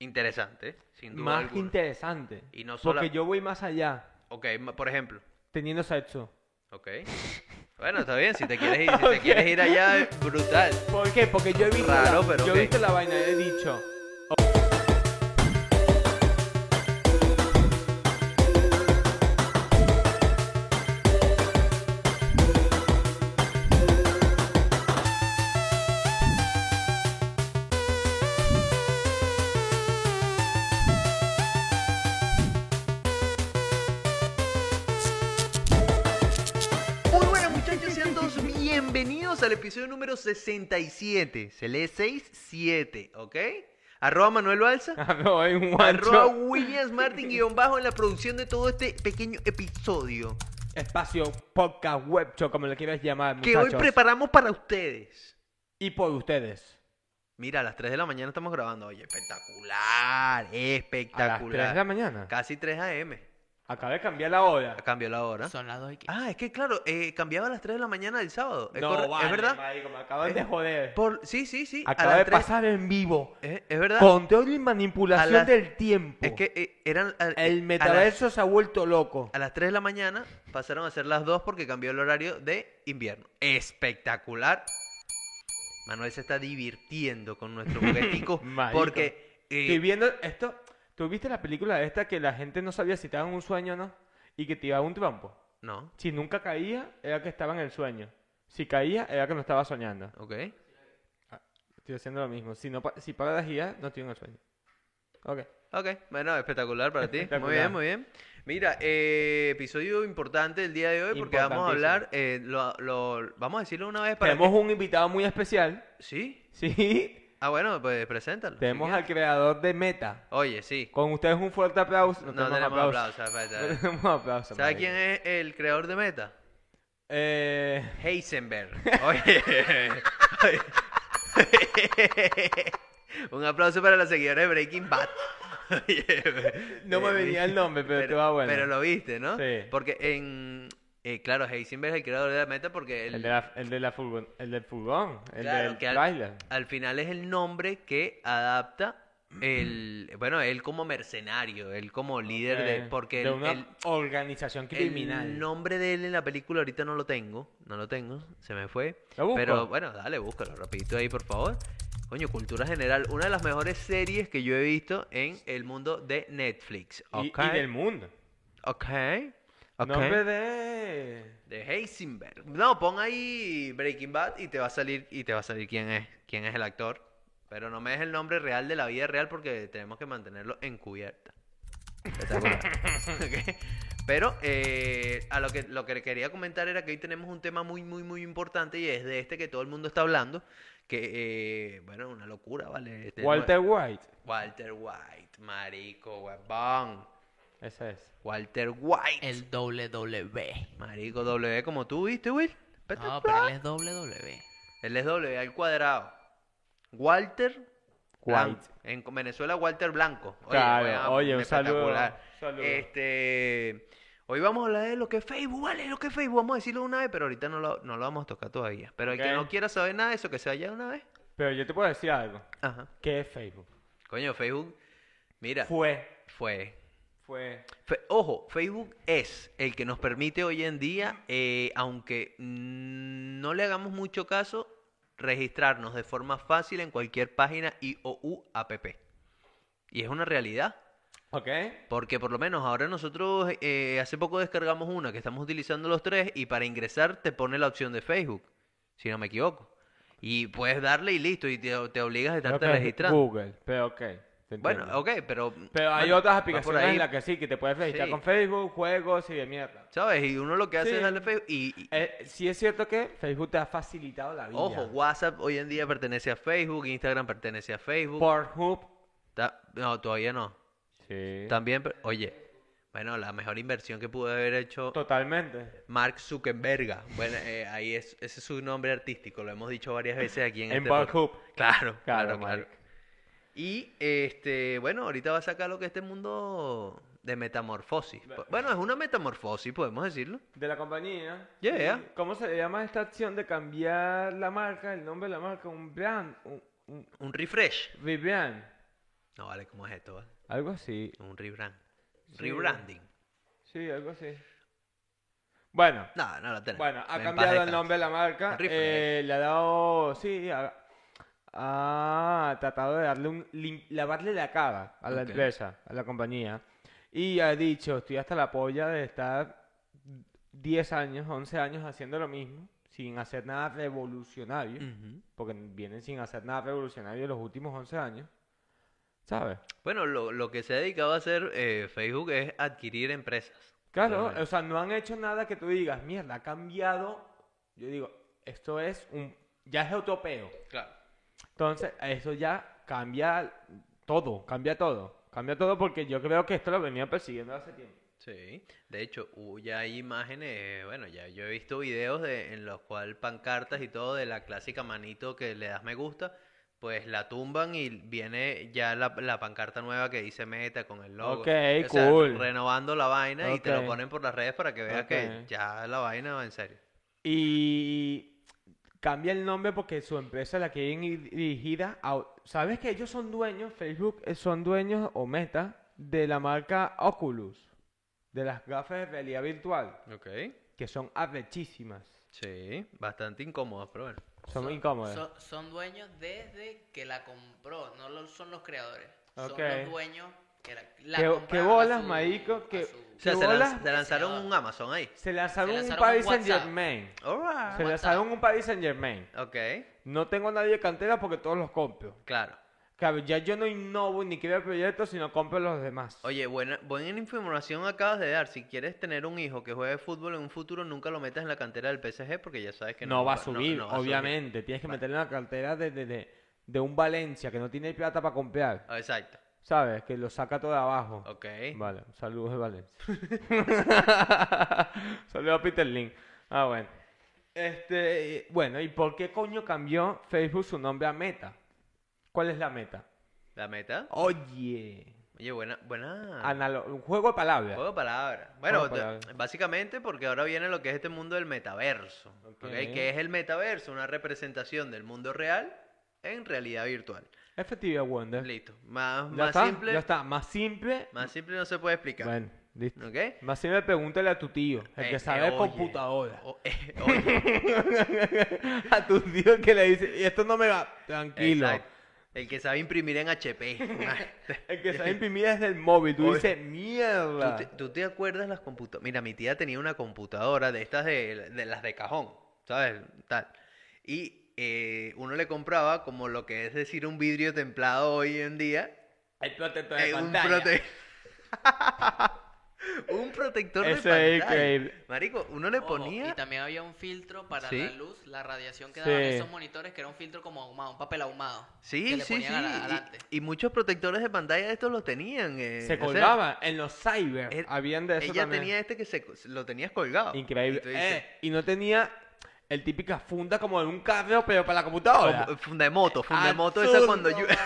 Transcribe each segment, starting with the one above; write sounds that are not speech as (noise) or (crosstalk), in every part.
Interesante, sin duda. más alguna. interesante. Y no solo. Porque yo voy más allá Ok, ma- por ejemplo. teniendo sexo. (laughs) Ok. Bueno, está bien, si te quieres ir, si te quieres ir allá, es brutal. ¿Por qué? Porque yo he visto, Raro, la, pero yo ok. he visto la vaina y he dicho. (laughs) "Oh". Muy buenas muchachos, sean todos bienvenidos al episodio número 67. Se lee 67, ¿ok? Arroba Manuel Balsa. Ah, no, hay un guancho. Arroba Williams Martin guión bajo en la producción de todo este pequeño episodio Espacio, podcast, web show, como le quieras llamar, que hoy muchachos. preparamos para ustedes. y por ustedes. Mira, a las 3 de la mañana estamos grabando. Oye, espectacular, A las 3 de la espectacular. mañana. Casi 3 a.m. Acabé de cambiar la hora. Cambió la hora. Son las 2 y 15. Ah, es que claro, eh, cambiaba a las 3 de la mañana el sábado. Es, corre- es vale, verdad. marico, me acaban de joder. Por- Sí, sí, sí. a Acaba las de 3 pasar en vivo. Es, es verdad. Conteo y A manipulación las- del tiempo. Es que eh, eran. a- el A las, metaverso se ha vuelto loco. a las 3 de la mañana pasaron a ser las 2 porque cambió el horario de invierno. Espectacular. Manuel se está divirtiendo con (laughs) nuestro juguetico Marico. porque. eh, Estoy viendo esto. ¿Tú viste la película esta que la gente no sabía si estaba en un sueño o no? Y que tiraba un trompo. no, Si nunca caía, era que estaba en el sueño. Si caía, era que no estaba soñando. ok. Estoy haciendo lo mismo. Si, no, pa- si para la gira, no estoy en el sueño. Ok. Ok, bueno, espectacular para ti. Muy Espectacular. bien, muy bien. Mira, eh, episodio importante del día de hoy porque vamos a hablar. eh, lo- lo- vamos a decirlo una vez para. Tenemos un invitado muy especial. (laughs) que- Sí. Sí. Ah, bueno, pues preséntalo. si Tenemos quieres. al creador de Meta. Oye, sí. Con ustedes un fuerte aplauso. No, tenemos aplausos. (laughs) espérate. No tenemos aplauso. ¿Sabes eh. marico. quién es el creador de (laughs) Meta? Eh, Heisenberg. Oye. (laughs) oye. Un aplauso para los seguidores de Breaking Bad. (laughs) Oye, No me eh, venía el nombre, pero pero, estaba bueno. pero lo viste, ¿no? Sí. Porque en. eh, claro, Heisenberg es el creador de la meta porque el, él- de la, el, de la furgon- el del furgón. El Claro, del que al- trailer. al final es el nombre que adapta (clears throat) el. Bueno, él como mercenario, él como líder Eh, de. Porque de el- una el- organización criminal. El nombre de él en la película ahorita no lo tengo, no lo tengo, se me fue. ¿Lo busco? Pero bueno, dale, búscalo rapidito ahí, por favor. Coño, Cultura General, una de las mejores series que yo he visto en el mundo de Netflix. Y- Ok, y, del mundo. ok, ok. Nombre de. De Heisenberg. No, pon ahí Breaking Bad y te va a salir y te va a salir quién es, quién es el actor. Pero no me des el nombre real de la vida real porque tenemos que mantenerlo encubierta. Espectacular. (laughs) Ok. Pero eh, a lo que lo que quería comentar era que hoy tenemos un tema muy muy muy importante y es de este que todo el mundo está hablando que eh, bueno una locura vale. Este, Walter White. Walter White, marico, huevón. Ese es. Walter White. El W. Marico W como tú viste, Will. No, pero él es W. Él es W al cuadrado. Walter Blanco. En Venezuela, Walter Blanco. Claro, weón, oye, un espectacular. saludo, un saludo. Este. Hoy vamos a hablar de lo que es Facebook, vale, lo que es Facebook. Vamos a decirlo una vez, pero ahorita no lo, no lo vamos a tocar todavía. Pero el que Ok. no quiera saber nada de eso, que se vaya de una vez. Pero yo te puedo decir algo. Ajá. ¿Qué es Facebook? Coño, Facebook. Mira, Fue. fue. Fue. Fe- Ojo, Facebook es el que nos permite hoy en día, eh, aunque mm, no le hagamos mucho caso, registrarnos de forma fácil en cualquier página IOU app. Y es una realidad, ¿Ok? porque por lo menos ahora nosotros eh, hace poco descargamos una que estamos utilizando los tres y para ingresar te pone la opción de Facebook, si no me equivoco. Y puedes darle y listo, y te, te obligas a Creo estarte que es registrando. Google. Pero ok. te Bueno, entiendo. ok, pero... Pero hay bueno, otras va por aplicaciones ahí, en las que sí, que te puedes registrar Sí. con Facebook, juegos y de mierda. ¿Sabes? Y uno lo que hace Sí. es darle Facebook y- y, Eh, sí es cierto que Facebook te ha facilitado la vida. Ojo, WhatsApp hoy en día pertenece a Facebook, Instagram pertenece a Facebook. Pornhub. Ta- No, todavía no. Sí. También, per- oye, bueno, la mejor inversión que pudo haber hecho Totalmente. Mark Zuckerberg. Bueno, eh, ahí es, ese es su nombre artístico, lo hemos dicho varias veces aquí en En este Pornhub. podcast. Claro, claro, Claro, claro. marico. Y este, bueno, ahorita va a sacar lo que es este mundo de metamorfosis. Bueno, es una metamorfosis, podemos decirlo. De la compañía. Yeah, ¿Y yeah. ¿Cómo se le llama esta acción de cambiar la marca, el nombre de la marca, un brand, un, un Un refresh. rebrand? No vale, ¿cómo es esto? vale? Algo así. Un rebrand. Sí. Rebranding. Sí, algo así. Bueno, No, no lo tenemos. bueno, En ha paz cambiado el descanse. nombre de la marca. Un refresh. eh, le ha dado. Sí, ha, ha tratado de darle un. lim- lavarle la cara a la Ok. empresa, a la compañía. Y ha dicho: Estoy hasta la polla de estar 10 años, 11 años haciendo lo mismo, sin hacer nada revolucionario. Ujú. Porque vienen sin hacer nada revolucionario los últimos 11 años. ¿Sabes? Bueno, lo, lo que se ha dedicado a hacer eh, Facebook es adquirir empresas. Claro, Realmente. o sea, no han hecho nada que tú digas, mierda, ha cambiado. Yo digo, esto es un. Ya es utopeo. Claro. Entonces, eso ya cambia todo, cambia todo. Cambia todo porque yo creo que esto lo venía persiguiendo hace tiempo. Sí, de hecho, hubo- ya hay imágenes, eh, bueno, ya yo he visto videos de, en los cuales pancartas y todo de la clásica manito que le das me gusta, pues la tumban y viene ya la, la pancarta nueva que dice meta con el logo. Ok, O sea, cool. renovando la vaina y te lo Ok. ponen por las redes para que veas que Ok. ya la vaina va en serio. Y cambia el nombre porque su empresa la quieren ir dirigida a... ¿Sabes que ellos son dueños, Facebook eh, son dueños o Meta de la marca Oculus, de las gafas de realidad virtual, Ok, que son arrechísimas, sí, bastante incómodo, pero bueno. son incómodas. So- son dueños desde que la compró, no lo- son los creadores. Ok. Son los dueños que la, la ¿Qué- qué compraron a bolas, su- marico? a que- su- O sea, ¿Qué se, lanz- bola? se lanzaron Diseñador. un Amazon ahí. Se lanzaron, Se un lanzaron Paris un Saint WhatsApp. Ah, Germain. Se Alright. lanzaron un Paris Saint Germain. Ok, No tengo nadie de cantera porque todos los compro. claro. Claro, ya yo no innovo ni creo proyectos, sino compro los demás. Oye, buena, buena información acabas de dar. Si quieres tener un hijo que juegue fútbol en un futuro, nunca lo metas en la cantera del PSG porque ya sabes que no, va a no- subir, no va a obviamente. Tienes que meterle en la cartera de, de, de- de un Valencia que no tiene plata para comprar. Ah, Exacto. ¿Sabes? Que lo saca todo de abajo. Ok. Vale, saludos de Valencia. (laughs) saludos a Peter Link. Ah, bueno. Este, bueno, ¿y por qué coño cambió Facebook su nombre a Meta? ¿Cuál es la meta? La meta. Oye, Oye, buena, buena. analo- un juego de palabras. Ah. Juego de palabras. Bueno, de palabras. básicamente porque ahora viene lo que es este mundo del metaverso. Ok. ¿ok? ¿Qué es el metaverso? Una representación del mundo real en realidad virtual. Efectivo Wonder. Listo. Más, Ya más está, simple. ya está, más simple. Más simple no se puede explicar. Bueno, listo. ¿Ok? Más simple pregúntale a tu tío, el Eh, que eh, sabe de oye. computadora. O- (laughs) eh, oye. (laughs) a tu tío el que le dice, "Y esto no me va, tranquilo. Exacto. El que sabe imprimir en (laughs) HP. El que sabe imprimir desde el móvil, tú Oye. dices, mierda. ¿Tú te, tú te acuerdas las computadoras? Mira, mi tía tenía una computadora de estas de, de las de cajón, ¿sabes? Tal. Y eh, uno le compraba como lo que es decir un vidrio templado hoy en día. El protector eh, un, prote- (laughs) un protector de Eso pantalla. es increíble. Marico, uno le Ojo, ponía... y también había un filtro para Sí. la luz, la radiación que Sí. daban esos monitores, que era un filtro como ahumado, un papel ahumado. que Sí, le sí, sí. ponían a la- y- adelante. Y, muchos protectores de pantalla de estos los tenían. eh, Se o sea, colgaba en los cyber. er- habían de eso Ella también. tenía este que se, lo tenías colgado. Increíble. Y tú Eh, Y, dices, no tenía el típica funda como en un carro, pero para la computadora. como- fundemoto, fundemoto esa cuando yo... Absurdo,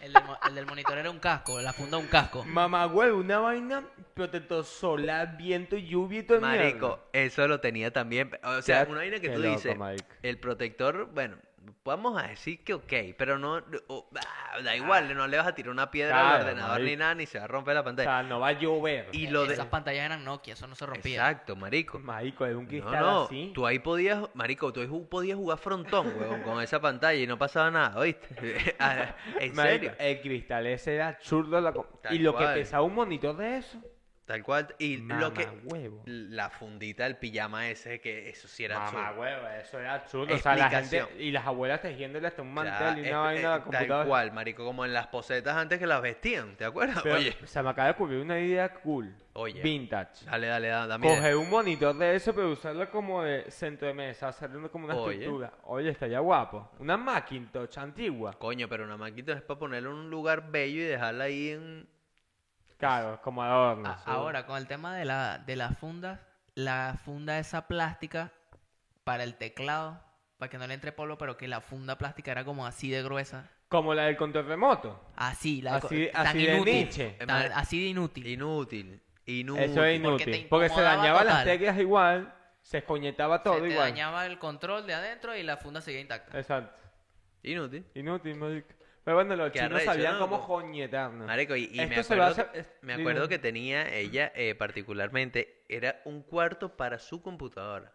El del, mo- el del monitor era un casco, la funda un casco. Mamá, güey, una vaina protector solar, viento y lluvia y todo de (laughs) mierda. Marico, eso lo tenía también. O sea, Qué- una vaina que qué tú loco, dices, marico. el protector, bueno, vamos a decir que ok, pero no, o- ah, da igual, no le vas a tirar una piedra al Claro, ordenador ni marico. nada, ni se va a romper la O pantalla. sea, no va a llover. y lo de... Esas pantallas eran Nokia, eso no se rompía. Exacto, marico. Marico, es un No, cristal no, así. tú ahí podías, marico, tú ahí ju- podías jugar frontón, huevón, con esa pantalla y no pasaba nada, ¿oíste? (laughs) Ah, en Marico, serio. el cristal ese era absurdo. la co- Tal Y lo cual. que pesaba un monitor de eso. Tal cual. Y lo que. Mamahuevo. La fundita del pijama ese, que eso sí era Mamá, absurdo. huevo, eso era absurdo. O sea, la gente. Explicación. Y las abuelas tejiéndole hasta un mantel Claro, y es- una vaina a es- la computadora. Tal cual, marico, como en las posetas antes que las vestían, ¿te acuerdas? Pero Oye, Se me acaba de ocurrir una idea cool. Oye. Vintage. dale, dale, dale, dame idea. Coger un monitor de eso, pero usarlo como de centro de mesa, hacerlo como una Oye. estructura. Oye, estaría guapo. Una Macintosh antigua. Coño, pero una maquita es para ponerle en un lugar bello y dejarla ahí en... Claro, como adorno. A- Ah, sí. Ahora, con el tema de la, de las fundas, la funda esa plástica para el teclado, para que no le entre polvo, pero que la funda plástica era como así de gruesa. Como la del control remoto. Así, la Así- tan así de inútil, Nietzsche. tan- así de inútil. Inútil, inútil. Eso es Porque te inútil. Porque, se incomodaba dañaban las total. teclas igual, se coñetaba todo Se te igual. dañaba el control de adentro y la funda seguía intacta. Exacto. Inútil. Inútil, marico. Pero bueno, los Qué chinos arrecho, sabían ¿no? cómo Pues- coñetarnos. Marico, y, y me Esto se lo acuerdo, hace- que, es- me dime, acuerdo dime. que tenía ella eh, particularmente, era un cuarto para su computadora.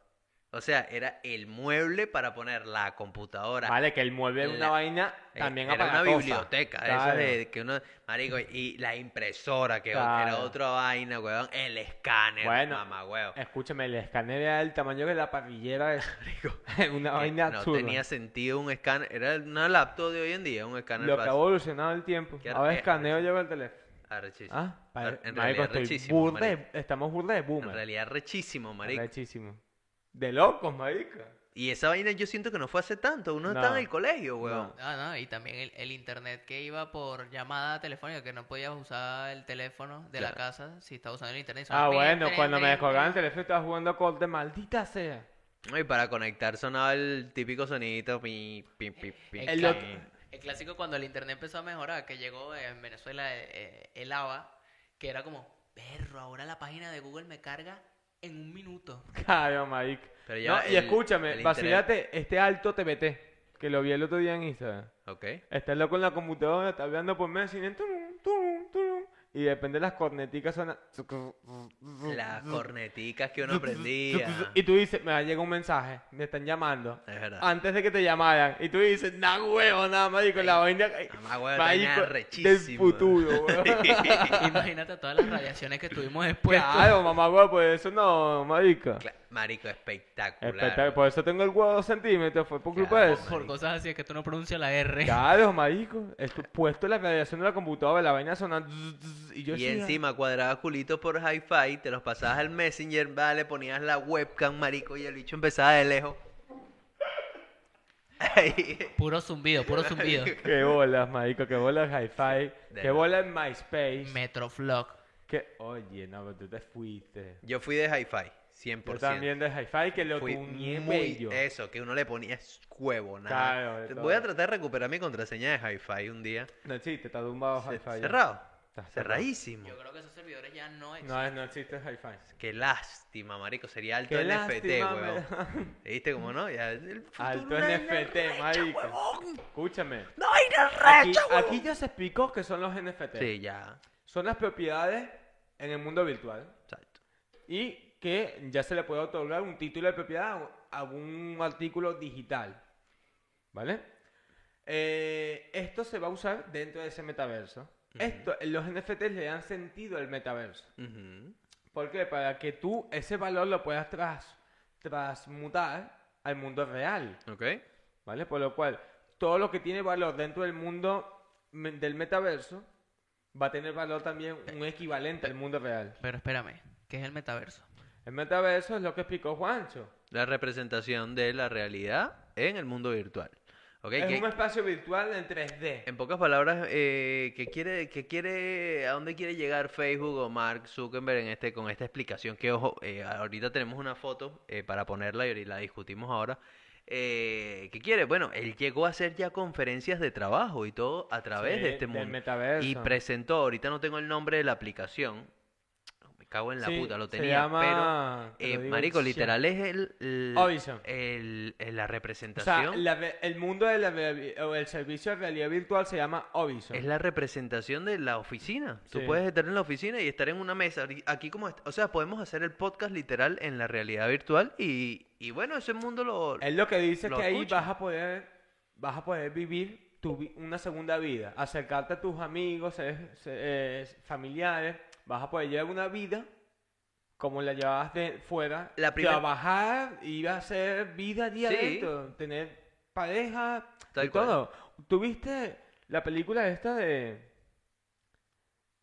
O sea, era el mueble para poner la computadora. Vale, que el mueble era una La- vaina Eh, también era una aparatosa. biblioteca, eso Claro. de que uno, marico, y la impresora que o- era Claro. otra vaina, weón, el escáner, Bueno, mamá, weón. Escúchame, el escáner era el tamaño de la parrillera (laughs) de (laughs) una Eh, vaina no absurda. tenía sentido un escáner, era una laptop de eh, hoy en día, un escáner Lo que ha básico. evolucionado el tiempo. Qué Ahora arre- escaneo llevo el teléfono. Arrechísimo. Ah, pa- Ar- en marico, realidad estoy rechísimo, burda de- marico. estamos burda de En boomer. realidad rechísimo, marico. Rechísimo. De locos, marico. Y esa vaina yo siento que no fue hace tanto, uno No. estaba en el colegio, weón. No. Ah, no, y también el, el internet que iba por llamada telefónica, que no podías usar el teléfono de la Claro. casa si estabas usando el internet. Ah, bueno, cuando me descolgaban el descolgaste teléfono estaba jugando a Call de maldita sea. (laughs) Y para conectar sonaba el típico sonidito, pi, pi, pi, pi, El, El pi. otro- cla- el clásico cuando el internet empezó a mejorar, que llegó en Venezuela eh, el ABA, que era como, perro, ahora la página de Google me carga en un minuto. (laughs) Claro, marico. Pero ya No, y el- escúchame, el internet- vacílate este alto TBT, que lo vi el otro día en Instagram. Ok. Está el loco en la computadora, está hablando por Messenger, tum, tum, tum, y depende de las corneticas suena... Las corneticas que (laughs) uno prendía. Y Ah, tú dices, me llega un mensaje, me están llamando. Es verdad. Antes de que te llamaran. Y tú dices, nah, huevo, nada, marico, la vaina... Mamá, huevo, tenía marico, del rechísimo. (laughs) futuro, huevo. Imagínate todas las radiaciones que tuvimos después. Claro, mamá, huevo, por eso no, marico. Cla- Marico, espectacular. Espectacular, Por eso tengo el huevo dos centímetros, fue por Claro, culpa de eso. Por cosas así, es que tú no pronuncias la R. Claro, marico. Esto, puesto la radiación de la computadora, la vaina sonando. Y yo Y sí, ah. encima cuadrabas culitos por hi-fi, te los pasabas al messenger, vale, ponías la webcam, marico, y el bicho empezaba de lejos. (laughs) Ay, Puro zumbido, puro zumbido. Qué bolas, marico. Qué bolas hi-fi. De Qué verdad. bolas MySpace. Metroflog. Que, oye, no, pero tú te fuiste. Yo fui de hi-fi, 100%. Yo también de hi-fi que lo Fui tuñé muy- bello. Eso, que uno le ponía huevo, Claro, nada. de Voy a todo. tratar de recuperar mi contraseña de hi-fi un día. No existe, está tumbado Ce- hi-fi. ya. Cerrado. Está cerrado. Cerradísimo. Yo creo que esos servidores ya no existen. No, es- no existe hi-fi. Qué lástima, marico. Sería alto Qué NFT, lástima, weón. me- ¿Viste cómo no? Ya, el futuro Alto una NFT, vaina recha, marico. huevón. Escúchame. ¡No hay Aquí, recha, huevón. aquí ya se explicó que son los NFT. Sí, ya. Son las propiedades en el mundo virtual. Exacto. y que ya se le puede otorgar un título de propiedad a un artículo digital. ¿Vale? Eh, esto se va a usar dentro de ese metaverso. Esto, los NFTs le dan sentido al metaverso. Ujú. ¿Por qué? Para que tú ese valor lo puedas tras, transmutar al mundo real. Ok. ¿Vale? Por lo cual, todo lo que tiene valor dentro del mundo me- del metaverso va a tener valor también un equivalente al mundo real. Pero espérame, ¿qué es el metaverso? El metaverso es lo que explicó Juancho. La representación de la realidad en el mundo virtual. Ok, Es que- un espacio virtual en 3D. en pocas palabras, eh, ¿qué quiere, qué quiere, a dónde quiere llegar Facebook o Mark Zuckerberg en este, con esta explicación? Que ojo, eh, ahorita tenemos una foto eh, para ponerla y la discutimos ahora. Eh, ¿Qué quiere? Bueno, él llegó a hacer ya conferencias de trabajo y todo a través Sí, de este del mundo. metaverso. Y presentó, ahorita no tengo el nombre de la aplicación. Me cago en la Sí, puta, lo se tenía. llama- pero, te eh, lo digo marico, en- literal es el, el- Audition. el- el- la O sea, representación. la re- el mundo de la reali- o el servicio de realidad virtual se llama Ovison. Es la representación de la oficina. Tú Sí. puedes estar en la oficina y estar en una mesa. Ahori- Aquí como... est- O sea, podemos hacer el podcast literal en la realidad virtual y, y bueno, ese mundo lo... Es lo que dice Lo que ahí escucha. vas a poder vas a poder vivir tu vi- una segunda vida, acercarte a tus amigos, seres- seres familiares, vas a poder llevar una vida como la llevabas de fuera, La primer- trabajar, ir a hacer vida día Sí. adentro, tener pareja, Tal y todo. ¿Tuviste la película esta de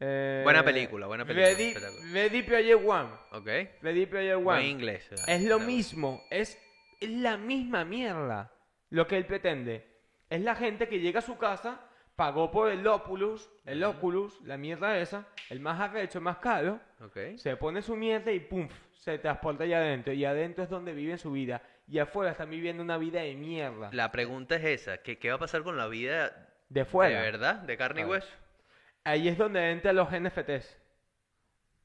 eh, Buena película, buena película, Ready, espectacular. Ready Player One, ¿Ok. Ready Player One. Buen inglés. Es lo Bravo. mismo, es, es la misma mierda lo que él pretende. Es la gente que llega a su casa, pagó por el Oculus, el Oculus, la mierda esa, el más arrecho, el más caro, Ok. se pone su mierda y pum, se transporta allá adentro. Y adentro es donde viven su vida. Y afuera están viviendo una vida de mierda. La pregunta es esa. ¿Qué, qué va a pasar con la vida De fuera. de verdad? ¿De carne y Claro. hueso? Ahí es donde entran los NFTs.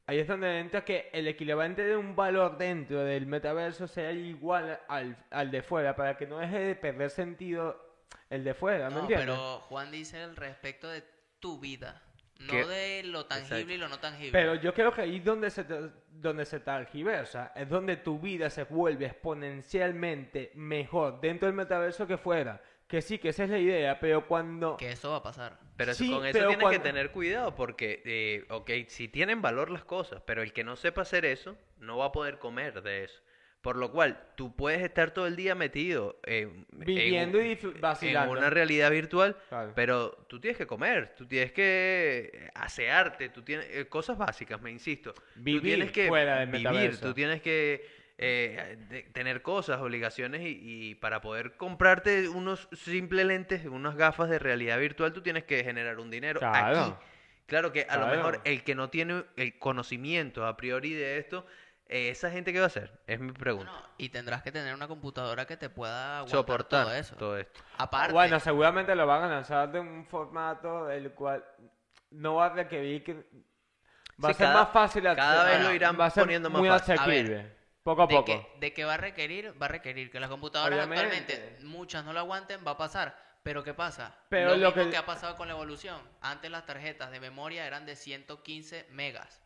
Ahí es donde entra que el equivalente de un valor dentro del metaverso sea igual al, al de fuera para que no deje de perder sentido El de fuera, ¿me No, entiendes? pero Juan dice el respecto de tu vida, no ¿Qué? de lo tangible y lo no tangible. Pero yo creo que ahí donde se, tra- donde se transgiversa es donde tu vida se vuelve exponencialmente mejor dentro del metaverso que fuera. Que sí, que esa es la idea, pero cuando... Que eso va a pasar. Pero eso- Sí, con eso pero tienes cuando- que tener cuidado porque, eh, ok, si tienen valor las cosas, pero el que no sepa hacer eso, no va a poder comer de eso. Por lo cual, tú puedes estar todo el día metido en, en Viviendo un- y disfr- vacilando. en una realidad virtual, Claro. pero tú tienes que comer, tú tienes que eh, asearte, tú tienes eh, cosas básicas, me insisto. Vivir tú tienes que fuera del vivir, metaverso. tú tienes que eh, de- tener cosas, obligaciones y, y para poder comprarte unos simples lentes, unas gafas de realidad virtual, tú tienes que generar un dinero Claro. aquí. Claro que a lo Claro. mejor el que no tiene el conocimiento a priori de esto, eh, esa gente qué va a hacer? Es mi No, pregunta. no, y tendrás que tener una computadora que te pueda aguantar Soportar todo eso. esto. Aparte, Bueno, seguramente lo van a lanzar de un formato el cual no va a requerir que... Va a Sí, ser cada- más fácil cada acce- vez lo irán va a ser poniendo más muy fácil. A ver, asequible, poco a de poco. que, de que va a requerir, va a requerir que las computadoras Obviamente. actualmente muchas no lo aguanten, va a pasar. Pero ¿qué pasa? Pero lo, lo mismo que- que... ha pasado con la evolución. Antes las tarjetas de memoria eran de 115 megas.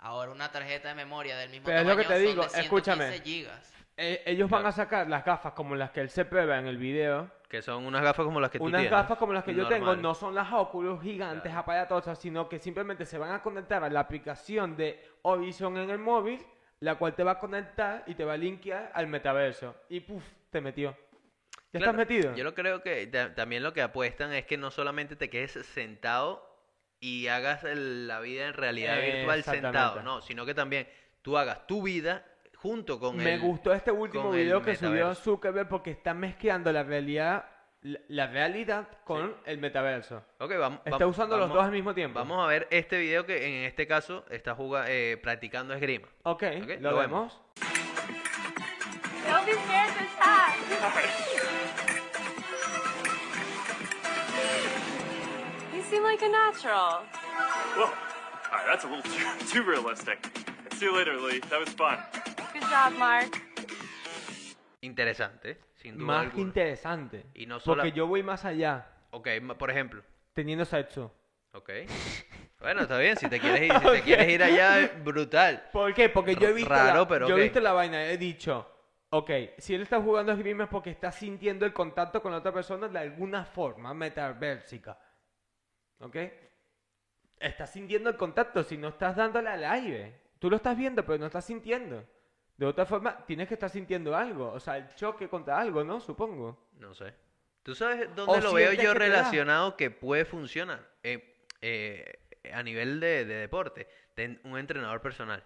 Ahora una tarjeta de memoria del mismo Pero es lo tamaño que te son digo, de 115 escúchame. gigas. Eh, ellos van a sacar las gafas como las que él se prueba en el video. Que son unas gafas como las que tú Unas tienes. gafas como las que yo tengo Normal. no son las óculos gigantes aparatosas, sino que simplemente se van a conectar a la aplicación de Horizon en el móvil, la cual te va a conectar y te va a linkear al metaverso. Y puff, te metió. ¿Ya Claro, estás metido? Yo lo creo que ta- también lo que apuestan es que no solamente te quedes sentado y hagas el- la vida en realidad Eh, virtual sentado, exactamente. no, sino que también tú hagas tu vida junto con Me el- gustó este último con el video que subió metaverso. Zuckerberg porque está mezclando la realidad, la, la realidad con el metaverso. Ok, vam- vam- Está usando los vamos- dos al mismo tiempo. Vamos a ver este video que en este caso está juga- eh, practicando esgrima. Ok, Ok, lo, lo vemos. vemos. Don't be scared to stop. You seem like a natural. Whoa. All right, that's a little (laughs) too, too realistic. See you later, Lee. That was fun. Good job, Mark. Interesante, sin duda Más que alguna. interesante. Y no sola- Porque yo voy más allá, Ok, ma- por ejemplo. teniendo sexo. Ok. Bueno, está bien, si te quieres ir, si (laughs) te quieres ir allá, brutal. ¿Por qué? Porque yo he R- visto, raro, la, pero yo he ok. visto la vaina, he dicho, ok, si él está jugando esgrima es porque está sintiendo el contacto con la otra persona de alguna forma metaversica. ¿Ok? Estás sintiendo el contacto, si no estás dándole al aire. Tú lo estás viendo, pero no estás sintiendo. De otra forma, tienes que estar sintiendo algo, o sea, el choque contra algo, ¿no? Supongo. No sé. ¿Tú sabes dónde lo veo sientes yo que te da. relacionado que puede funcionar? Eh, eh, a nivel de, de deporte, de un entrenador personal.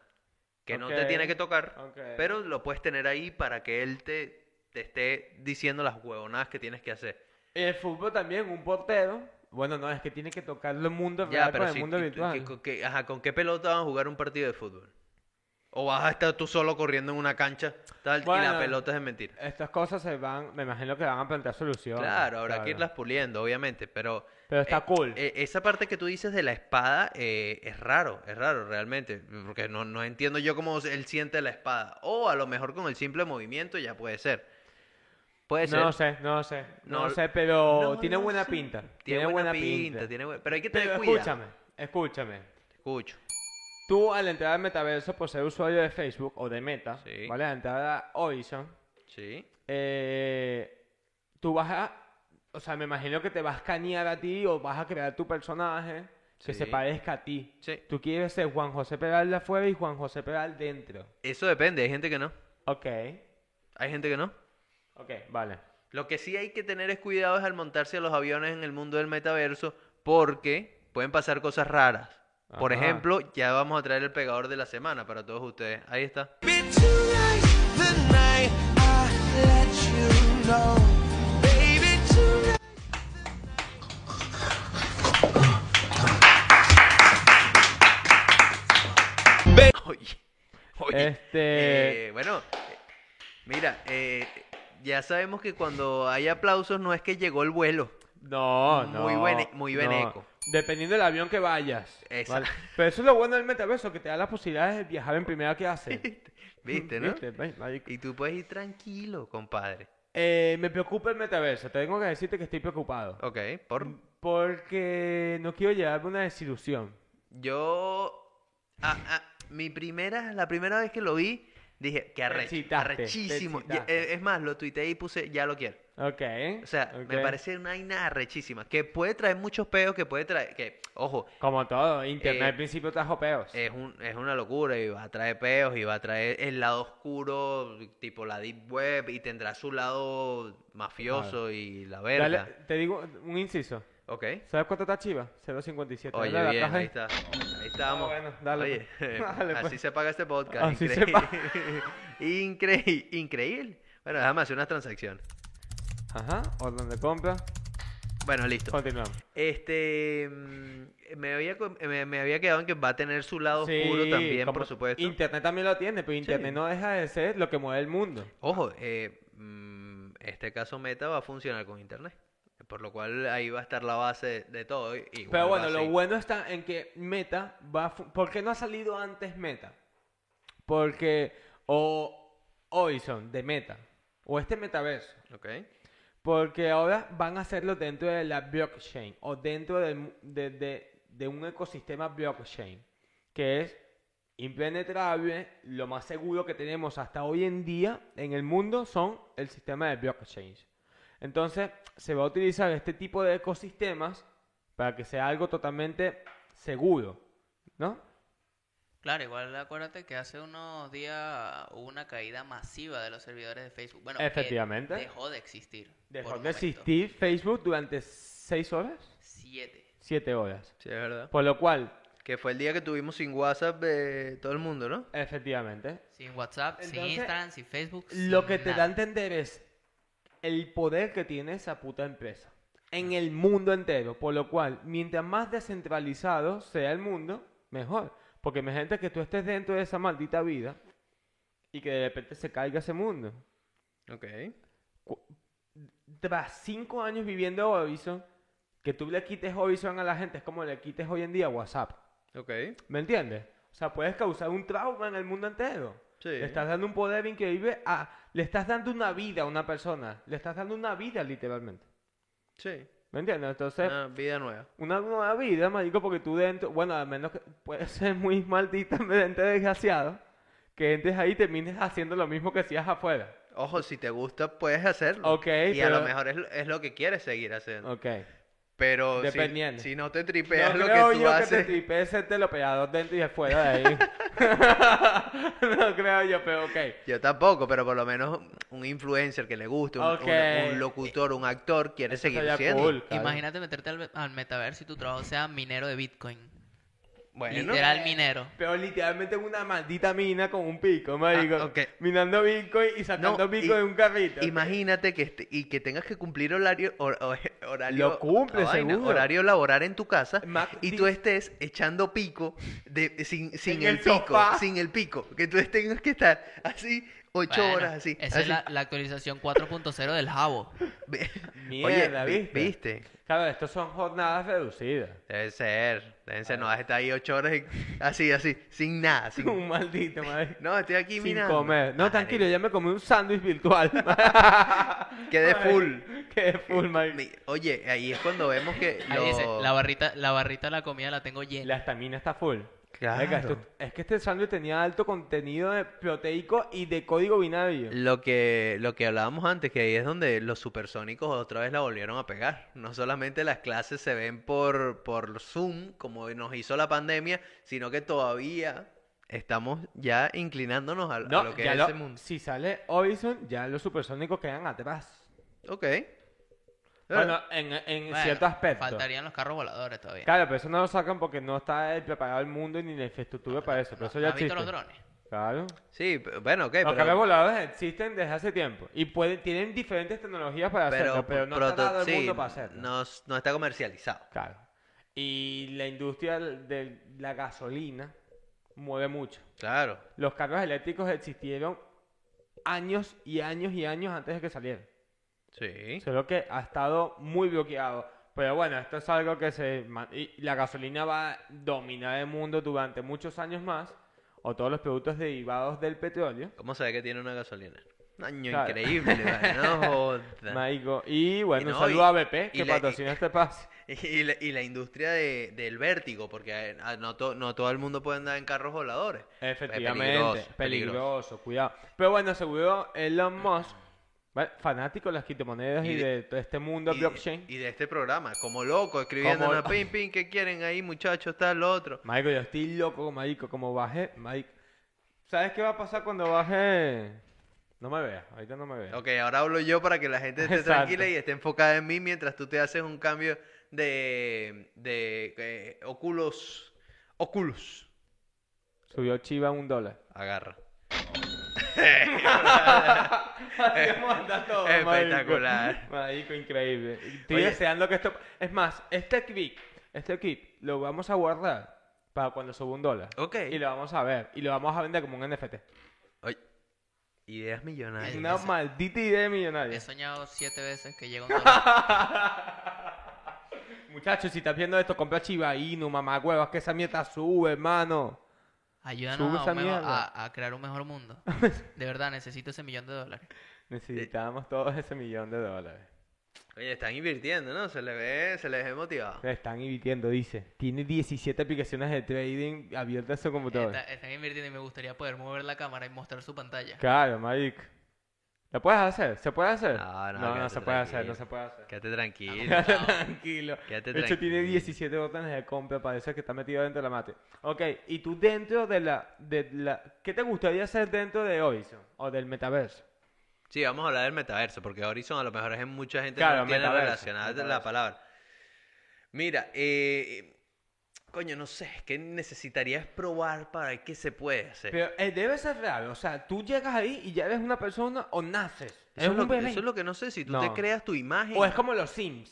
Que no te Ok, tiene que tocar, ok. pero lo puedes tener ahí para que él te, te esté diciendo las huevonadas que tienes que hacer. El fútbol también, un portero. Bueno, no, es que tiene que tocar el mundo Ya, real pero con si- el mundo y- y- virtual. que- con que- ajá, ¿con qué pelota van a jugar un partido de fútbol? ¿O vas a estar tú solo corriendo en una cancha tal, y la Bueno. pelota es de mentira? Estas cosas se van, me imagino que van a plantear soluciones. Claro, habrá que irlas puliendo, obviamente, pero... Pero está eh, cool. eh, esa parte que tú dices de la espada eh, es raro, es raro realmente, porque no, no entiendo yo cómo él siente la espada. O a lo mejor con el simple movimiento ya puede ser. Puede ser. No sé, no sé, no, No- sé, pero No tiene lo buena sé. pinta. Tiene buena pinta, tiene buena- pero hay que tener Pero cuidado. escúchame, escúchame. Te escucho. Tú al entrar al metaverso por ser usuario de Facebook o de Meta, Sí. ¿vale? Al entrar a Horizon, Sí. eh, tú vas a, o sea, me imagino que te vas a escanear a ti o vas a crear tu personaje que se Sí. parezca a ti. Sí. Tú quieres ser Juan José Peral de afuera y Juan José Peral dentro. Eso depende, hay gente que no. Ok, Hay gente que no. ok, vale. Lo que sí hay que tener es cuidado es al montarse a los aviones en el mundo del metaverso, porque pueden pasar cosas raras. Por Ajá. ejemplo, ya vamos a traer el pegador de la semana para todos ustedes. Ahí está. Maybe tonight, the night I let you know. Baby, tonight. Oye, oye, Este- eh, bueno, eh, mira, eh, ya sabemos que cuando hay aplausos no es que llegó el vuelo. No, no. Muy buen- e-, muy buen no. eco. Dependiendo del avión que vayas. Esa- ¿vale? Pero eso es lo bueno del metaverso, que te da las posibilidades de viajar en primera clase. (laughs) ¿Viste, no? ¿Viste? Ay, marico. Y tú puedes ir tranquilo, compadre. Eh, me preocupa el metaverso. Tengo que decirte que estoy preocupado. Ok, por... Mm. Porque no quiero llevarme una desilusión. Yo... ah, ah, mi primera, la primera vez que lo vi, dije, que arrecho, excitaste, te arrechísimo. Y- excitaste. eh, es más, lo tuiteé y puse, ya lo quiero. Ok. O sea, me ok. parece una vaina arrechísima, que puede traer muchos peos, que puede traer, que, ojo, Como todo, internet Eh, al principio trajo peos. es, un, es una locura y va a traer peos y va a traer el lado oscuro, tipo la deep web, y tendrá su lado mafioso y la Dale, verga. te digo un inciso. Ok. ¿Sabes cuánto está Chiva? 0.57. Dale a Oye, la bien, caja ahí y- está. Ahí estamos. bueno, dale, Oye, pues. (laughs) (laughs) Dale, así pues. se paga este podcast. Así se increíble. (laughs) paga. Increí- increíble. Bueno, déjame hacer unas transacciones. Ajá, orden de compra. Bueno, listo. Continuamos. Este. mm, Me había, co- me, me había quedado en que va a tener su lado oscuro Sí, también, como por supuesto. Internet también lo tiene, pero Internet no deja de ser lo que mueve el mundo. Ojo, eh, mm, este caso Meta va a funcionar con Internet. Por lo cual ahí va a estar la base de todo. y- y Pero igual va bueno, a lo seguir. bueno está en que Meta va a... fu- ¿Por qué no ha salido antes Meta? Porque... O Horizon de Meta. O este metaverso. Ok. Porque ahora van a hacerlo dentro de la blockchain. O dentro del mu- de, de- de un ecosistema blockchain. Que es impenetrable. Lo más seguro que tenemos hasta hoy en día en el mundo son el sistema de blockchain. Entonces, se va a utilizar este tipo de ecosistemas para que sea algo totalmente seguro, ¿no? Claro, igual acuérdate que hace unos días hubo una caída masiva de los servidores de Facebook. Bueno, que Efectivamente. dejó de existir. Dejó por un de momento. existir Facebook durante 6 horas, Siete. 7 horas. Sí, es verdad. Por lo cual, Que fue el día que tuvimos sin WhatsApp de todo el mundo, ¿no? efectivamente, Sin WhatsApp, sin Entonces, Instagram, sin Facebook. lo sin que te da a nada. entender es el poder que tiene esa puta empresa en el mundo entero. Por lo cual, mientras más descentralizado sea el mundo, mejor. Porque imagínate que tú estés dentro de esa maldita vida y que de repente se caiga ese mundo. Ok. Tras cinco años viviendo Horizon, que tú le quites Horizon a la gente es como le quites hoy en día WhatsApp. Ok. ¿Me entiendes? O sea, puedes causar un trauma en el mundo entero. Sí. Le estás dando un poder increíble a... Le estás dando una vida a una persona. Le estás dando una vida, literalmente. Sí. ¿Me entiendes? Entonces, Una vida nueva. una nueva vida, marico, porque tú dentro... Bueno, al menos que puedes ser muy maldita, (laughs) mediante desgraciado, que entres ahí y termines haciendo lo mismo que hacías afuera. Ojo, si te gusta, puedes hacerlo. Ok, Y a pero- lo mejor es, lo- es lo que quieres seguir haciendo. Ok. Pero si- Dependiendo. Si, no te tripeas Pero lo creo que tú yo que te haces. tripees el teleoperador dentro y afuera (laughs) de ahí. (laughs) no creo yo, pero ok. Yo tampoco, pero por lo menos un influencer que le guste, un, un- Ok. un locutor, un actor, quiere Eso seguir estaría siendo. cool, claro. Imagínate meterte al, al metaverso y tu trabajo sea minero de Bitcoin. Bueno, Literal minero. Pero literalmente una maldita mina con un pico, marico. Ah, ok. Minando Bitcoin y sacando No, Bitcoin y- de un carrito. imagínate que este- y que tengas que cumplir horario hor- hor- horario Lo cumple, la vaina, seguro. horario laboral en tu casa Ma- y di- tú estés echando pico de sin, sin En el, el pico, sofá. sin el pico, que tú tengas que estar así ocho Bueno, horas así. Esa es así. la, la actualización 4.0 del Jabo. (laughs) Ve- Mierda, Oye, vi- ¿viste? ¿viste? Claro, estos son jornadas reducidas. Debe ser, deben ser, no vas a estar ahí ocho horas y- así, así, sin nada, sin- Ah. (laughs) un maldito, madre. No, estoy aquí Sin minando. comer. No, Madre, tranquilo, ya me comí un sándwich virtual. (laughs) Quedé Madre, full. Quedé full, marico. mi- Oye, ahí es cuando vemos que Ahí dice, lo- la barrita, la barrita de la comida la tengo llena. La estamina está full. Claro. Verga, esto- es que este sándwich tenía alto contenido de proteico y de código binario. Lo que, lo que hablábamos antes, que ahí es donde los supersónicos otra vez la volvieron a pegar. No solamente las clases se ven por, por Zoom, como nos hizo la pandemia, sino que todavía estamos ya inclinándonos a, a No, lo que ya es lo- ese mundo. si sale Horizon, ya los supersónicos quedan atrás. Ok. Bueno, en, en Bueno, cierto aspecto. Faltarían los carros voladores todavía. Claro, pero eso no lo sacan porque no está el preparado el mundo ni la infraestructura para eso. Pero eso ya ¿Has visto existe. los drones? Claro. Sí, p- bueno, ok, los Eh, pero, carros voladores existen desde hace tiempo. Y pueden, tienen diferentes tecnologías para pero hacerlo, pero no proto- está dado el sí, mundo para hacerlo. no, s- no está comercializado. Claro. Y la industria de la gasolina mueve mucho. Claro. Los carros eléctricos existieron años y años y años antes de que salieran. Sí. Solo que ha estado muy bloqueado. Pero bueno, esto es algo que se... ma- y la gasolina va a dominar el mundo durante muchos años más. O todos los productos derivados del petróleo. ¿Cómo se ve que tiene una gasolina? Año Claro. increíble, vale, (laughs) no joda. Marico. Y bueno, Y un no, saludo y- a BP y que la- y- patrocina este pase. (laughs) Y la, y la industria de, del vértigo, porque eh, ah, no, to- no todo el mundo puede andar en carros voladores. Es Efectivamente, peligroso, peligroso, peligroso. cuidado. Pero bueno, seguro Elon Musk, (clears throat) bueno, fanático de las criptomonedas y, Y de, de- todo este mundo Y, blockchain. y de este programa, como loco, escribiendo Como- una pin pin que quieren ahí, muchachos, tal, lo otro. Marico, yo estoy loco, marico, como baje, marico. ¿Sabes qué va a pasar cuando baje? No me veas, ahorita no me veas. Ok, ahora hablo yo para que la gente esté Exacto. tranquila y esté enfocada en mí mientras tú te haces un cambio de, de eh, óculos. Óculos. Subió Chiva (laughs) un dólar. Agarra. (laughs) todo, Espectacular. Marico, Marico, increíble. Estoy Oye. deseando que esto... Es más, este clip, este clip, lo vamos a guardar para cuando suba un dólar. Ok. Y lo vamos a ver, y lo vamos a vender como un NFT. Oye, ideas millonarias. Una Esa- maldita idea de millonaria. He soñado siete veces que llega (laughs) un dólar. Muchachos, si estás viendo esto, compra Chiva Inu, mamá huevas, que esa mierda sube, hermano. Sube Ayúdanos a, esa un mejor- mierda. a- a crear un (laughs) mejor mundo. De verdad, necesito ese millón de dólares. Necesitamos todos ese millón de dólares. Oye, están invirtiendo, ¿no? Se les ve, se les ve motivado. Se están invirtiendo, dice. Tiene 17 aplicaciones de trading abiertas en su computador. Está- están invirtiendo y me gustaría poder mover la cámara y mostrar su pantalla. Claro, Mike. ¿Lo puedes hacer? ¿Se puede hacer? No, no, no, quédate se puede hacer, tranquilo. no se puede hacer. Quédate (laughs) tranquilo. Quédate tranquilo. Quédate de hecho, tiene tranquilo. 17 botones de compra, parece que está metido dentro de la mate. Ok, y tú dentro de la, de la... ¿Qué te gustaría hacer dentro de Horizon o del metaverso? Sí, vamos a hablar del metaverso, porque Horizon a lo mejor es en mucha gente Claro, no tiene metaverso, relacionada la metaverso. palabra. Mira, eh, coño, no sé, ¿qué necesitarías probar para ver qué se puede hacer? Pero eh, debe ser real, o sea, tú llegas ahí y ya eres una persona o naces. eso, es un lo, que- bebé. eso es lo que no sé, si tú No. te creas tu imagen, O es como los Sims.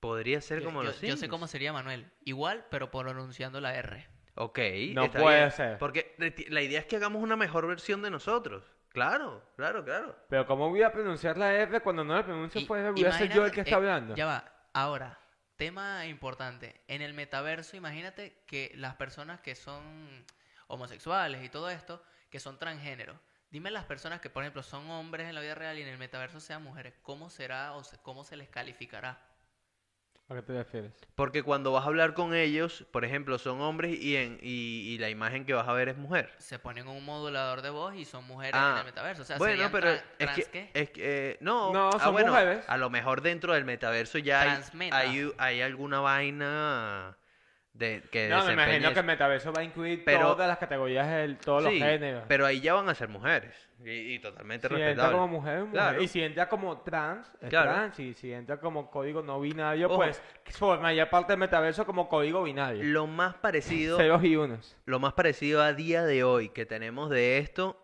podría ser Yo- como yo, los yo sé Sims. cómo sería Manuel. Igual, pero pronunciando la R. Ok, No está puede bien, ser. Porque reti- la idea es que hagamos una mejor versión de nosotros. Claro, claro, claro. Pero ¿cómo voy a pronunciar la F cuando no la pronuncio? I- Pues voy a ser yo el que imagínate- está eh, hablando. Ya va. Ahora, tema importante. En el metaverso, imagínate que las personas que son homosexuales y todo esto, que son transgénero. Dime las personas que, por ejemplo, son hombres en la vida real y en el metaverso sean mujeres, ¿cómo será o se- cómo se les calificará? ¿A qué te refieres? Porque cuando vas a hablar con ellos, por ejemplo, son hombres y, en, y, y la imagen que vas a ver es mujer. Se ponen un modulador de voz y son mujeres en Ah, el metaverso. O sea, bueno, serían pero tran- es trans, que, ¿qué? es que, eh, no, No, ah, son bueno, mujeres. a lo mejor dentro del metaverso ya hay, Transmeta. hay, hay alguna vaina de que No, me desempeñe imagino que eso. el metaverso va a incluir Pero- todas las categorías, el- todos Sí, los géneros. pero ahí ya van a ser mujeres y, y totalmente si entra respetable. como mujer, es mujer. Claro. Y si entra como trans, es Claro. trans. Y si entra como código no binario, Ojo. pues formaría parte del metaverso como código binario. Lo más parecido, Ceros y unos. lo más parecido a día de hoy que tenemos de esto,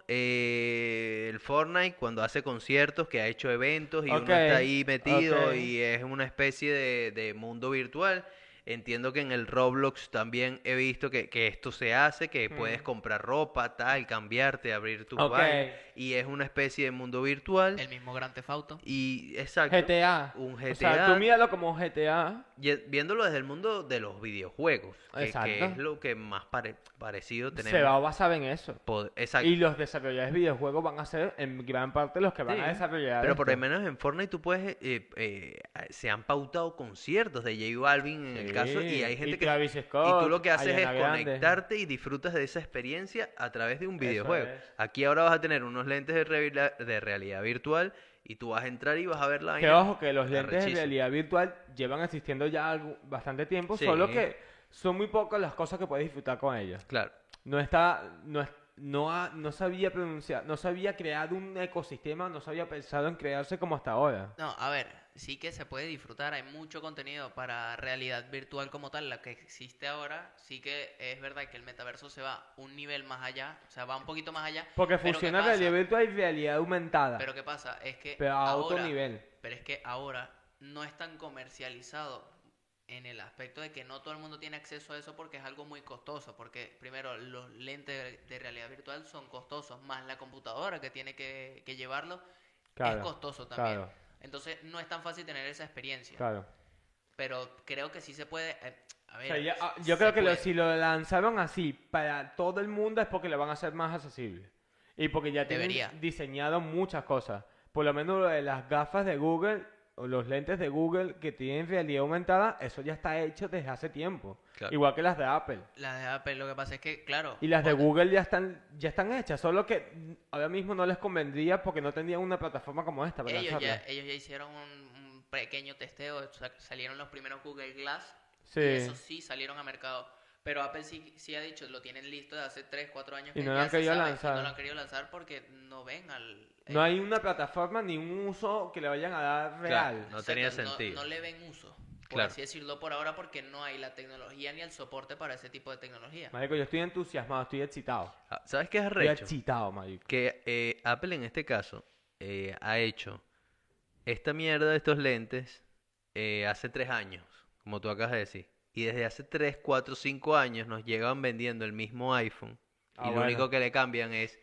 eh, el Fortnite cuando hace conciertos, que ha hecho eventos y Ok, uno está ahí metido ok. y es una especie de, de mundo virtual. Entiendo que en el Roblox también he visto que, que esto se hace, que puedes Mm. comprar ropa, tal, cambiarte, abrir tu Ok. vaina, y es una especie de mundo virtual. El mismo Gran Tefauto. Y exacto, GTA. un O sea, tú GTA. míralo como un GTA. y- viéndolo desde el mundo de los videojuegos, que- que, Exacto. es lo que más pare- parecido tenemos. Se va a basar en eso. Pod- Exacto. Y los desarrolladores de videojuegos van a ser en gran parte los que van a Sí, desarrollar. Pero por lo esto. menos en Fortnite tú puedes, eh, eh, se han pautado conciertos de J Balvin en el caso Sí, y hay gente y que... Travis y Scott, tú lo que haces Ariana es Grande. conectarte y disfrutas de esa experiencia a través de un Eso videojuego. es. Aquí ahora vas a tener unos lentes de, revila- de realidad virtual y tú vas a entrar y vas a ver la... Que vaina ojo, que los lentes de arrechísima. realidad virtual llevan existiendo ya algo- bastante tiempo, Sí. solo que son muy pocas las cosas que puedes disfrutar con ellos. Claro. No está, no es- no, ha- no sabía pronunciar, no sabía crear un ecosistema, no sabía pensado en crearse como hasta ahora. No, a ver, sí que se puede disfrutar, hay mucho contenido para realidad virtual como tal, la que existe ahora, sí que es verdad que el metaverso se va un nivel más allá, o sea, va un poquito más allá. Porque pero ¿qué funciona pasa? realidad virtual y realidad aumentada. Pero ¿qué pasa? Es que Pero a ahora, otro nivel. Pero es que ahora no es tan comercializado en el aspecto de que no todo el mundo tiene acceso a eso porque es algo muy costoso, porque primero los lentes de- de realidad virtual son costosos, más la computadora que tiene que, que llevarlo Claro, es costoso también. claro. Entonces no es tan fácil tener esa experiencia. Claro. Pero creo que sí se puede. eh, a O ver, sea, ya- ah, se yo creo que lo- puede. si lo lanzaron así para todo el mundo es porque lo van a hacer más accesible. Y porque ya tienen Debería. diseñado muchas cosas. Por lo menos lo de las gafas de Google o los lentes de Google que tienen realidad aumentada, eso ya está hecho desde hace tiempo. Claro. Igual que las de Apple. Las de Apple, lo que pasa es que, claro. Y las de cuando- Google ya están, ya están hechas, solo que ahora mismo no les convendría porque no tenían una plataforma como esta para Ellos ya, lanzarlas. ellos ya hicieron un, un pequeño testeo, o sea, salieron los primeros Google Glass. Sí. Y esos sí salieron a mercado. Pero Apple sí, sí ha dicho, lo tienen listo de hace 3, 4 años. Y que no lo ya han se querido sabe, y lanzar. No lo han querido lanzar porque no ven al... eh, No hay una plataforma ni un uso que le vayan a dar Claro, real. no tenía sentido. No, le ven uso. Por Claro. así decirlo por ahora porque no hay la tecnología ni el soporte para ese tipo de tecnología. Marico, yo estoy entusiasmado, estoy excitado. Ah, ¿Sabes qué es Estoy arrecho? excitado, marico. Que eh, Apple en este caso eh, ha hecho esta mierda de estos lentes eh, hace tres años, como tú acabas de decir. Y desde hace tres, cuatro, cinco años nos llevan vendiendo el mismo iPhone. Ah, y lo bueno. único que le cambian es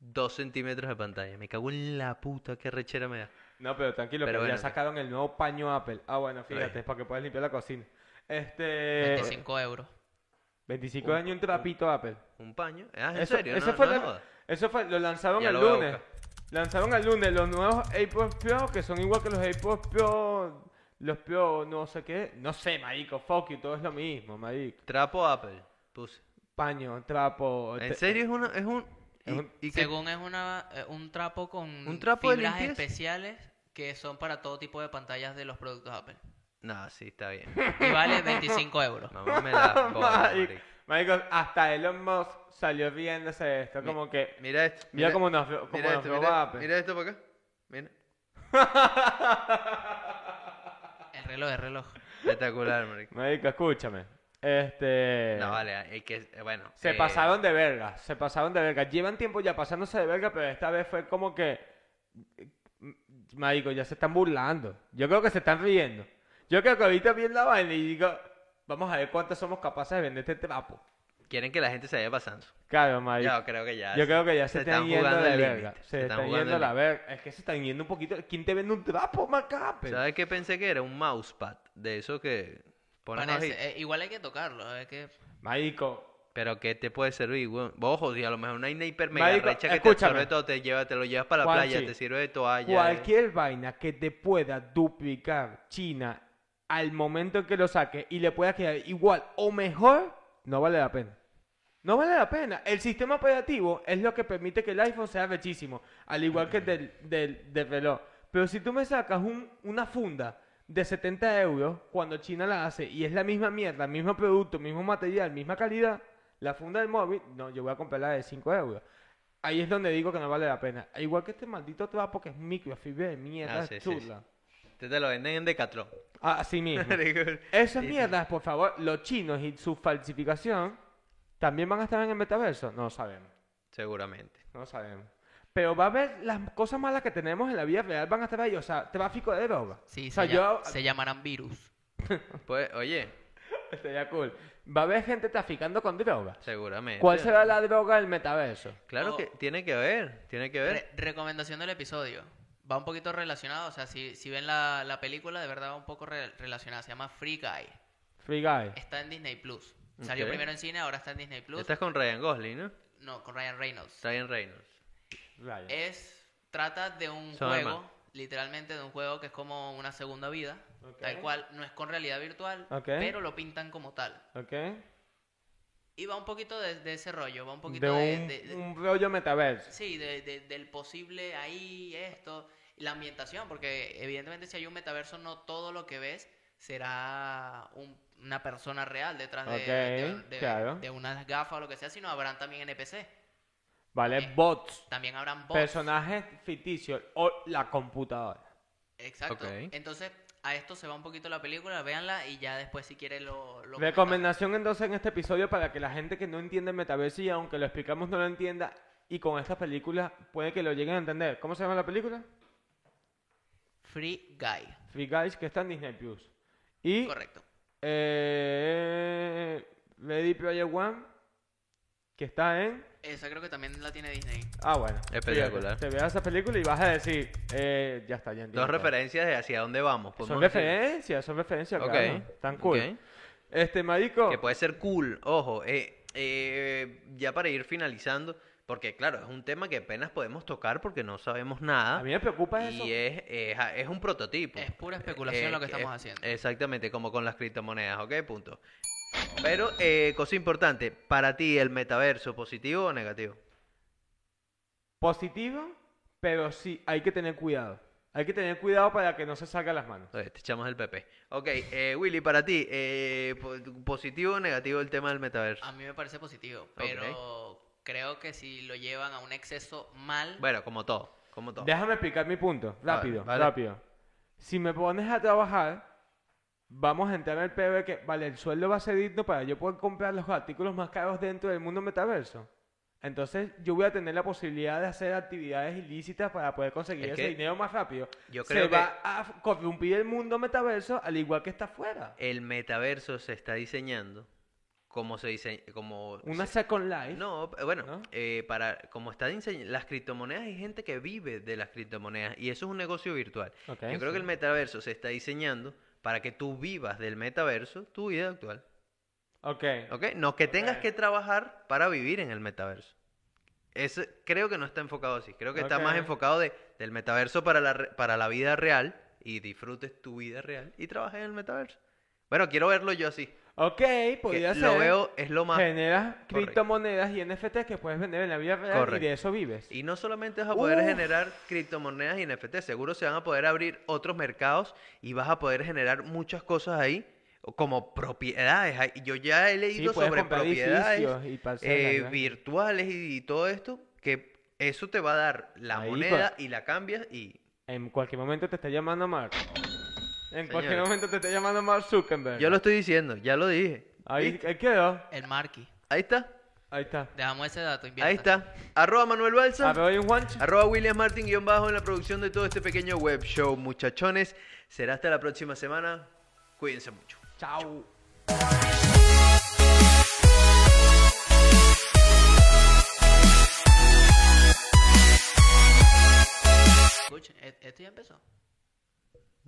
dos centímetros de pantalla. Me cago en la puta, qué rechera me da. No, pero tranquilo, pero, Pero ya bueno. sacaron el nuevo paño Apple. Ah, bueno, fíjate, Ay. para que puedas limpiar la cocina. Este. 25 euros. 25 años y un trapito Apple. Un paño. Ah, en Eso, serio, eso no, fue no la- es joda. eso fue, lo lanzaron Ya el lo voy a lunes. buscar. Lanzaron el lunes los nuevos AirPods Pro, que son igual que los AirPods Pro, los Pro no sé qué. No sé, marico, fuck you, todo es lo mismo, marico. Trapo Apple. puse. Paño, trapo. En te- (laughs) serio es una, es un. y- Es un- y que- Según es una, eh, un trapo con ¿Un trapo de fibras limpieza? especiales que son para todo tipo de pantallas de los productos Apple. No, sí, está bien. Y vale (laughs) 25 euros. Mamá me (laughs) la joda, Marico, marico. marico, hasta Elon Musk salió riéndose de esto, como que... Mira esto. Mira cómo nos ro- cómo nos mira, roba Apple. mira esto para acá. Mira. El reloj, el reloj. Espectacular, (laughs) marico. Marico, escúchame. Este... No, vale, es que, bueno. Se eh, pasaron de verga, se pasaron de verga. Llevan tiempo ya pasándose de verga, pero esta vez fue como que. mm, Marico, ya se están burlando. Yo creo que se están riendo. Yo creo que ahorita vi la vaina y digo, vamos a ver cuántas somos capaces de vender este trapo. Quieren que la gente se vaya pasando. Claro, marico. Yo creo que ya. Yo creo que ya se, están, yendo de el verga. límite, Se están jugando yendo el la límite. verga. Es que se están yendo un poquito. ¿Quién te vende un trapo, macape? ¿Sabes qué pensé que era? Un mousepad. De eso que pones Parece- ahí. eh, igual hay que tocarlo. Es que Marico, Pero que te puede servir, weón. Ojo, y a lo mejor una vaina hiper mega Marico, recha que te escúchame. absorbe todo, te, lleva, te lo llevas para la Juanchi, playa, te sirve de toalla. eh. Cualquier vaina que te pueda duplicar China al momento en que lo saques y le pueda quedar igual o mejor, no vale la pena. No vale la pena. El sistema operativo es lo que permite que el iPhone sea rechísimo, al igual que el del, del, del reloj. Pero si tú me sacas un- una funda de 70 euros cuando China la hace y es la misma mierda, mismo producto, mismo material, misma calidad, la funda del móvil, no, yo voy a comprar la de 5 euros. Ahí es donde digo que no vale la pena. Al Igual que este maldito trapo que es un microfibra de mierda Ah, sí, sí, chula. Ah, Te, te lo venden en (laughs) Decathlon. Así mismo. (laughs) Sí, Esas sí. mierdas, por favor, los chinos y su falsificación, ¿también van a estar en el metaverso? No sabemos, Seguramente. no sabemos. Pero va a haber las cosas malas que tenemos en la vida real, van a estar ahí, o sea, tráfico de droga. sí, o sea, se, yo... lla- se llamarán virus. Pues, oye, Estaría cool. Va a haber gente traficando con drogas. seguramente. ¿Cuál será la droga del metaverso? Claro que Oh. tiene que ver, tiene que ver. Re- recomendación del episodio. Va un poquito relacionado. O sea, si, si ven la, la película, de verdad va un poco re- relacionada. Se llama Free Guy. Free Guy. Está en Disney Plus. Salió Ok. primero en cine, ahora está en Disney Plus. Estás con Ryan Gosling, ¿no? No, con Ryan Reynolds. Ryan Reynolds. Ryan. Es eh, trata de un Son juego, hermanos. literalmente de un juego que es como una segunda vida, Ok. tal cual, no es con realidad virtual, Ok. pero lo pintan como tal. ¿Ok? Y va un poquito de, de ese rollo, va un De poquito de, un, de- de- un rollo metaverso. sí, de- de- del posible ahí esto, la ambientación, porque evidentemente si hay un metaverso no todo lo que ves será un- una persona real detrás de, Ok, de- de- claro. de unas gafas o lo que sea, sino habrán también NPC, Vale, Eh, bots, también habrán bots. personajes ficticios o la computadora. Exacto. Ok. Entonces, a esto se va un poquito la película, véanla y ya después si quieren lo, lo Recomendación entonces en este episodio para que la gente que no entiende el metaverso y aunque lo explicamos no lo entienda y con estas películas puede que lo lleguen a entender. ¿Cómo se llama la película? comentamos. Free Guy. Free Guys que está en Disney Plus. Y Correcto. eh, Ready Player One que está en Esa creo que también la tiene Disney. Ah, bueno. Espectacular. Fíjate, Te veas esa película y vas a decir, eh, ya está, ya entiendo. Dos referencias de hacia dónde vamos. Son podemos decir. referencias, son referencias, Ok, claro. Tan cool. ok. Este, marico. Que puede ser cool, ojo. eh, eh, ya para ir finalizando, Porque, claro, es un tema que apenas podemos tocar porque no sabemos nada. A mí me preocupa eso. Y es, es, es un prototipo. Es pura Eh, especulación lo que estamos es- haciendo. Exactamente, como con las criptomonedas, ¿ok? Punto. Pero, eh, cosa importante, para ti, ¿el metaverso positivo o negativo? Positivo, pero sí, hay que tener cuidado. Hay que tener cuidado para que no se salga las manos. Oye, Te echamos el PP. Ok, eh, Willy, para ti, eh, po- ¿positivo o negativo el tema del metaverso? A mí me parece positivo, pero creo que si lo llevan a un exceso mal, Bueno, como todo, como todo. Déjame explicar mi punto, rápido, vale. rápido. Si me pones a trabajar, vamos a entrar en el PB que, vale, el sueldo va a ser digno para yo poder comprar los artículos más caros dentro del mundo metaverso. Entonces, yo voy a tener la posibilidad de hacer actividades ilícitas para poder conseguir Es ese que dinero más rápido. yo Se creo que- va a corrompir el mundo metaverso al igual que está afuera. El metaverso se está diseñando como se diseña, como Una se- second life. No, p- bueno, ¿no? eh, para como está diseñ- las criptomonedas hay gente que vive de las criptomonedas y eso es un negocio virtual. Ok, Yo creo sí. que el metaverso se está diseñando para que tú vivas del metaverso tu vida actual, Ok. ¿ok? No que tengas Ok. que trabajar para vivir en el metaverso. Eso creo que no está enfocado así. Creo que está más Ok. enfocado de, del metaverso para la re- para la vida real y disfrutes tu vida real y trabajes en el metaverso. Bueno, quiero verlo yo así. Ok, que podría ser. lo veo es lo más Generas criptomonedas y NFTs que puedes vender en la vida real Correcto. y de eso vives. Y no solamente vas a poder Uf. generar criptomonedas y NFT, seguro se van a poder abrir otros mercados y vas a poder generar muchas cosas ahí, o como propiedades. Ahí- Yo ya he leído puedes sobre comprar propiedades edificios y parcelas, eh, ¿no? virtuales y, y todo esto, que eso te va a dar la Ahí, moneda pa- y la cambias y... En cualquier momento te está llamando Mark. En cualquier Señores. momento te está llamando Mark Zuckerberg. Yo lo estoy diciendo, ya lo dije. Ahí, ¿Viste? ahí quedó. el marqui. Ahí está, Ahí está. Dejamos ese dato, invierta. ahí está. Arroba Manuel Balsa. A ver, hoy un Juancho. Arroba William Martin guión bajo en la producción de todo este pequeño web show, muchachones. Será hasta la próxima semana. Cuídense mucho. Chao. Escucha, ¿e- esto ya empezó.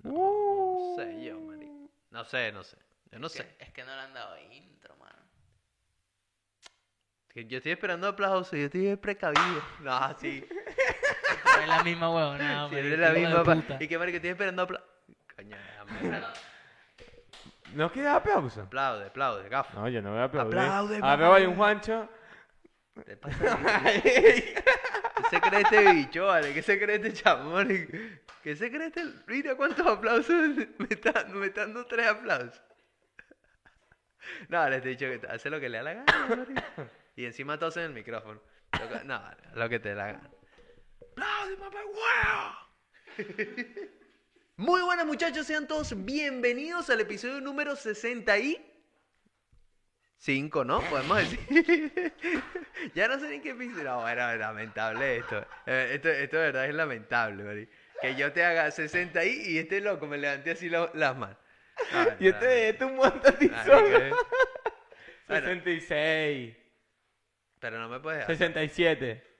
No sé yo, marico. No sé, no sé. Yo no Es que- sé. Es que no le han dado intro, (laughs) mano. Que Yo estoy esperando aplausos, yo estoy precavido. No, sí. Siempre es la misma huevonada, Siempre marico, la hijo de misma. pa- puta. Y que marico, estoy esperando aplausos. Coño, déjame. ¿No quieres aplauso? aplaude, aplaude, gafo. No, yo no voy a aplaudir. Aplaude, A ver, hoy un Juancho. ¿Te pasa? ¿Qué se cree este bicho, vale? ¿Qué se cree este chamo, marico? ¿Qué se cree este? Mira cuántos aplausos. Me está, me está dando tres aplausos. (laughs) No, les he dicho que hace lo que le da la gana, marico. Y encima tosen el micrófono. Lo que- no, vale, lo que te dé la gana. ¡Aplausos, papá, huevo! (laughs) Muy buenas, muchachos. Sean todos bienvenidos al episodio número 60 y... 5, ¿no? Podemos decir. (laughs) ya no sé ni qué piso. No, era lamentable esto. Eh, Esto, esto de verdad es lamentable, Mari. Que yo te haga 60 ahí y este loco me levanté así lo- las manos. No, no, Y este, este un monte de no, solo. marico, eh. Bueno, 66. pero no me puedes dejar. 67.